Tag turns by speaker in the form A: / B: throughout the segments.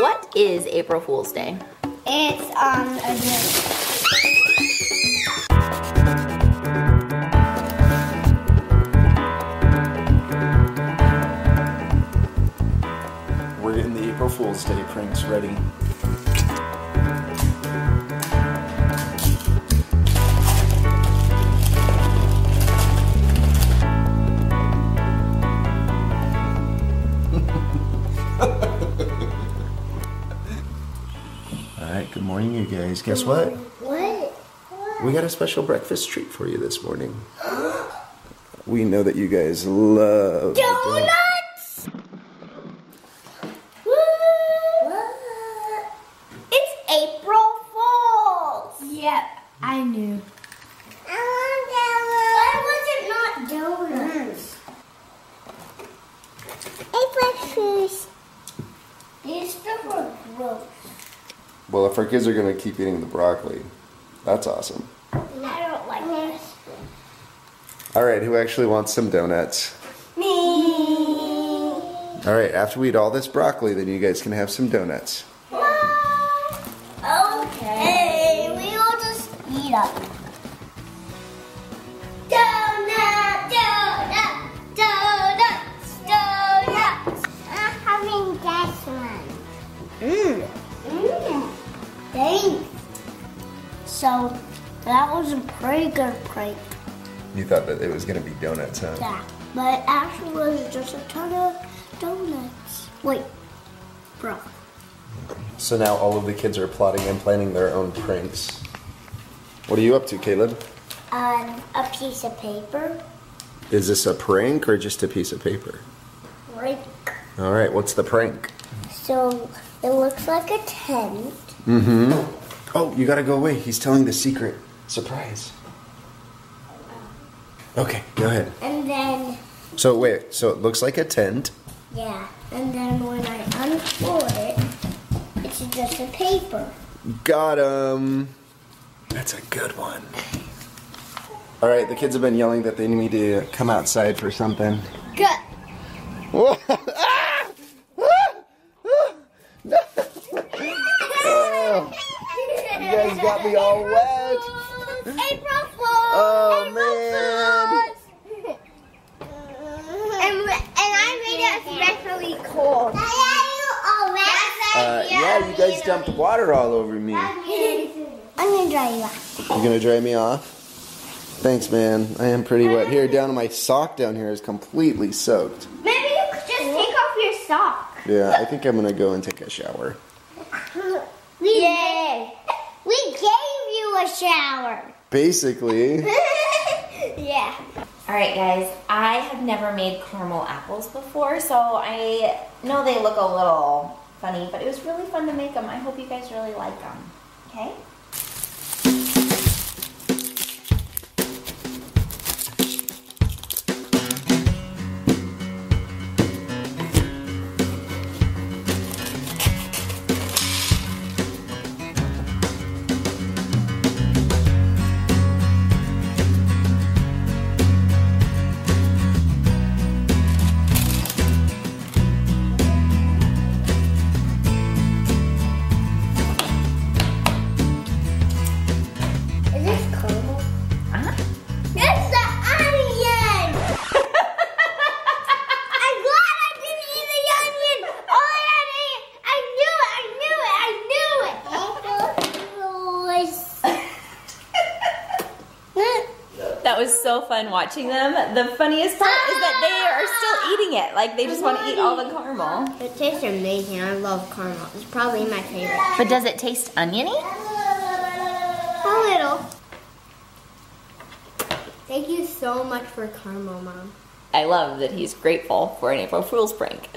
A: What is April Fool's Day?
B: It's um a joke.
C: We're getting the April Fool's Day pranks ready. All right, good morning, you guys. Guess what?
B: What?
C: We got a special breakfast treat for you this morning. We know that you guys love
B: Donuts! What? It's April Fools! Yep, I knew. I want donuts. Why was it not donuts? April Fools. These stuff are gross.
C: Well, if our kids are going to keep eating the broccoli, that's awesome.
B: I don't like this.
C: All right, who actually wants some donuts?
B: Me.
C: All right, after we eat all this broccoli, then you guys can have some donuts.
B: Okay, we all just eat up. Donut, donut, donuts, donuts. I'm having this one. Mmm. Mmm. Thanks. So, that was a pretty good prank.
C: You thought that it was going to be donuts, huh?
B: Yeah. But it actually was just a ton of donuts. Wait, bro.
C: So now all of the kids are plotting and planning their own pranks. What are you up to, Caleb?
B: Um, a piece of paper.
C: Is this a prank or just a piece of paper?
B: Right
C: All right, what's the prank?
B: So it looks like a tent.
C: Oh, you gotta go away. He's telling the secret. Surprise. Okay, go ahead.
B: And then,
C: So, wait, so it looks like a tent.
B: yeah. And then when I unfold it, it's just a paper.
C: Got him. That's a good one. All right, the kids have been yelling that they need me to come outside for something.
B: Good.
C: Whoa. Ah! Ah! Ah! No. Oh, you guys got me all wet.
B: April Fools!
C: Oh, man.
B: Fools! and, and I made it especially cold.
C: Uh, yeah, you guys dumped water all over me. You're
B: I'm gonna dry you out.
C: gonna dry me off? Thanks, man. I am pretty wet. Here, down my sock down here is completely soaked.
B: Maybe you could just take off your sock.
C: Yeah, I think I'm gonna go and take a shower.
B: We Yay! We gave you a shower.
C: Basically,
B: yeah.
A: All right, guys, I have never made caramel apples before, so I know they look a little funny, but it was really fun to make them. I hope you guys really like them. Okay?
B: Is this caramel?
A: Uh-huh.
B: It's the onion! I'm glad I didn't eat the onion! Oh, I, ate- I knew it! I knew it! I knew it!
A: That was so fun watching them. The funniest part is that they are still eating it. Like, they just want to eat all the caramel.
D: It tastes amazing. I love caramel. It's probably my favorite.
A: But does it taste oniony?
D: A little. Thank you so much for caramel, Mom.
A: I love that he's grateful for an April Fool's prank.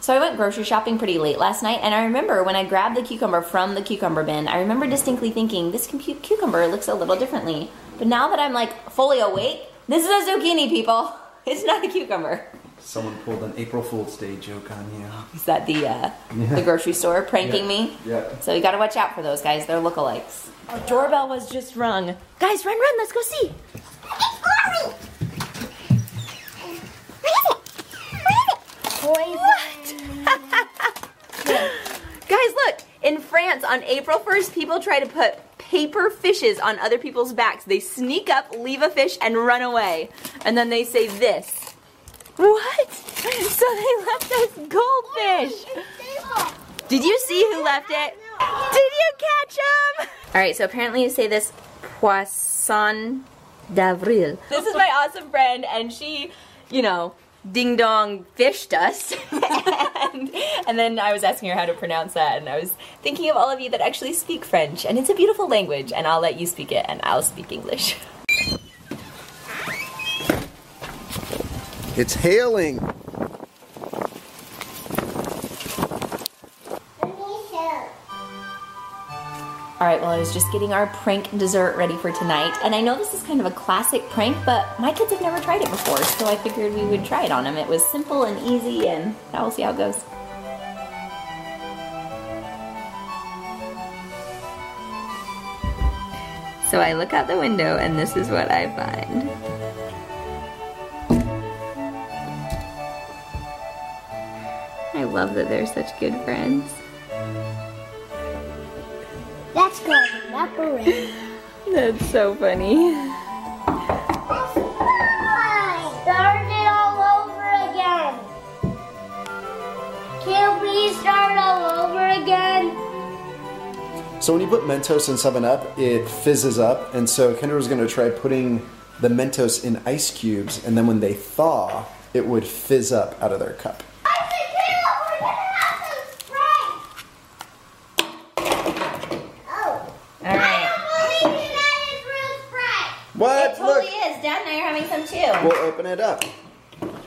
A: So I went grocery shopping pretty late last night, and I remember when I grabbed the cucumber from the cucumber bin, I remember distinctly thinking this compu- cucumber looks a little differently. But now that I'm like fully awake, this is a zucchini, people. It's not a cucumber.
C: someone pulled an April Fool's Day joke on you.
A: Is that the uh, the grocery store pranking me?
C: Yeah.
A: So you got to watch out for those guys. They're lookalikes. Our Oh, doorbell was just rung. Guys, run, run! Let's go see. Guys, On April 1st, people try to put paper fishes on other people's backs. They sneak up, leave a fish, and run away. And then they say this. What? So they left us goldfish. Did you see who left it? Did you catch him? All right, so apparently you say this poisson d'avril. This is my awesome friend, and she, you know, ding dong fished us. and, and then I was asking her how to pronounce that, and I was thinking of all of you that actually speak French, and it's a beautiful language, and I'll let you speak it, and I'll speak English.
C: It's hailing.
A: All right, well, I was just getting our prank dessert ready for tonight, and I know this is kind of a classic prank, but my kids have never tried it before, so I figured we would try it on them. It was simple and easy, and now we'll see how it goes. So I look out the window, and this is what I find. I love that they're such good friends.
B: That's called a macaroni.
A: That's so funny.
B: Start it all over again. Can we start all over again?
C: So when you put Mentos in 7 Up, it fizzes up, and so Kendra was going to try putting the Mentos in ice cubes, and then when they thaw, it would fizz up out of their cup.
B: I said, Caleb, we're gonna have some Sprite. Oh.
A: All right.
B: I don't believe you added real Sprite.
C: What?
A: Totally
C: Look,
A: is. Dad and I are having some too.
C: we'll open it up.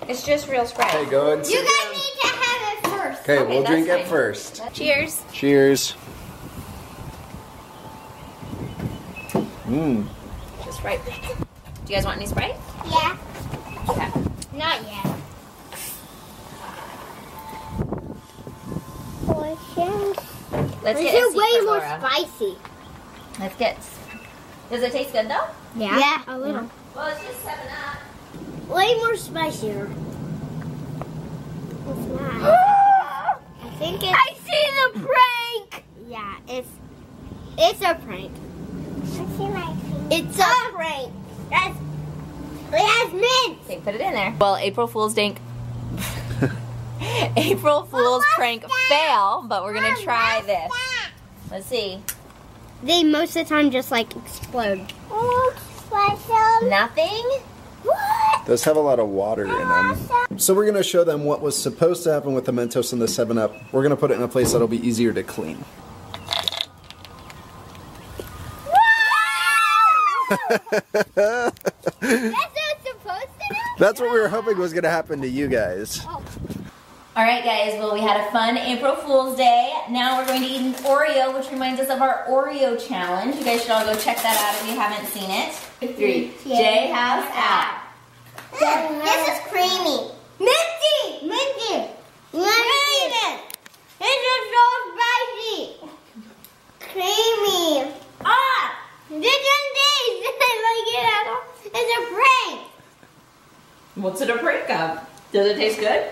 A: It's just real
C: Hey,
A: Sprite.
C: go and sit
B: You guys
C: down.
B: need to have it first.
C: Okay,
A: Okay,
C: we'll
A: that's
C: drink it
A: fine.
C: first.
A: Cheers.
C: Cheers. Mmm.
A: Just right. Do you guys want any Sprite?
B: Yeah.
A: Okay.
B: Not yet.
A: Let's
D: This
A: get a
D: is
A: seat
D: way
A: for
D: more
A: Laura.
D: spicy.
A: Let's get. Does it taste good though?
D: Yeah? Yeah. A little.
A: Well, it's just Seven Up.
D: Way more spicier. It's not.
B: I
D: I think it's.
B: see the prank.
D: Yeah, it's. It's a prank.
B: I see my finger.
D: It's a prank.
B: That's Jasmine.
A: Okay, put it in there. Well, April Fool's Dink. April Fool's prank fail, but we're
B: Oh,
A: gonna try this. Let's see.
D: They most of the time just like explode.
B: Oh, special.
A: Nothing.
B: What?
C: Those have a lot of water in
A: Uh-huh.
C: them. So we're gonna show them what was supposed to happen with the Mentos and the 7 Up. We're gonna put it in a place that'll be easier to clean.
B: That's what it's supposed to do?
C: That's what we were hoping was gonna happen to you guys.
A: All right, guys. Well, we had a fun April Fool's Day. Now we're going to eat an Oreo, which reminds us of our Oreo challenge. You guys should all go check that out if you haven't seen it. Three, J House out.
B: This is creamy. Minty! Minty! Creamy! This is so spicy! Creamy! Ah! This is this! like it at all. It's a prank!
A: What's it a break of? Does it taste good?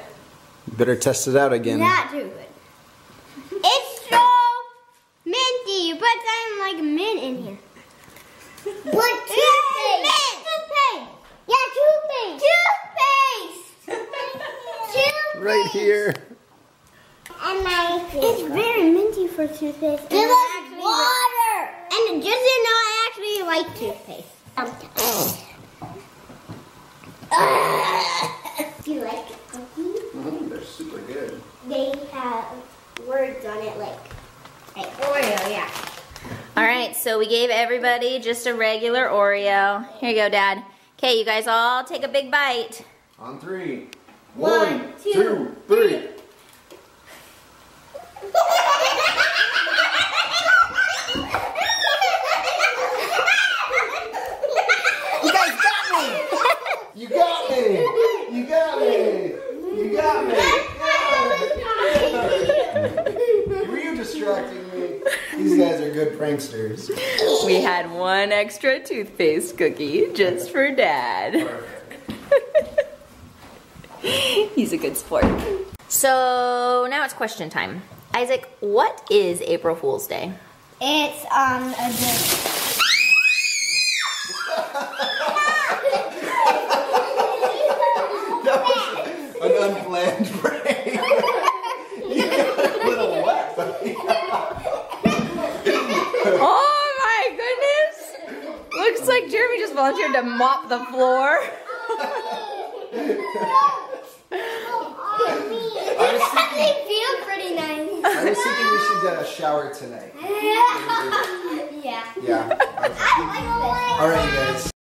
C: Better test it out again.
D: Not too good.
B: It's so
D: Minty, you put something like mint in here.
B: What toothpaste? Toothpaste! Yeah, toothpaste! Toothpaste! toothpaste!
C: Right here.
B: And my
D: It's very minty for toothpaste. and
B: Give
D: I
B: us
D: actually-
B: water!
D: And just to know, I actually like toothpaste.
B: Do you like cookies?
C: Mm-hmm. they're super good.
D: They have words on it like, like Oreo, yeah.
A: All right, so we gave everybody just a regular Oreo. Here you go, Dad. Okay, you guys all take a big bite.
C: On three.
D: One, two,
C: two, three. You guys got me! You got me! You got me! You got me! Were you distracting me? These guys are good pranksters.
A: We had one extra toothpaste cookie just for Dad. He's a good sport. So now it's question time. Isaac, what is April Fool's Day?
B: It's um a drink.
C: That was an unplanned break. you got a little wet, buddy.
A: Oh my goodness! Looks like Jeremy just volunteered to mop the floor.
C: I was thinking,
B: They feel pretty nice.
C: I was thinking we should get a shower tonight.
B: yeah.
C: Yeah.
B: I like this.
C: All right, you guys.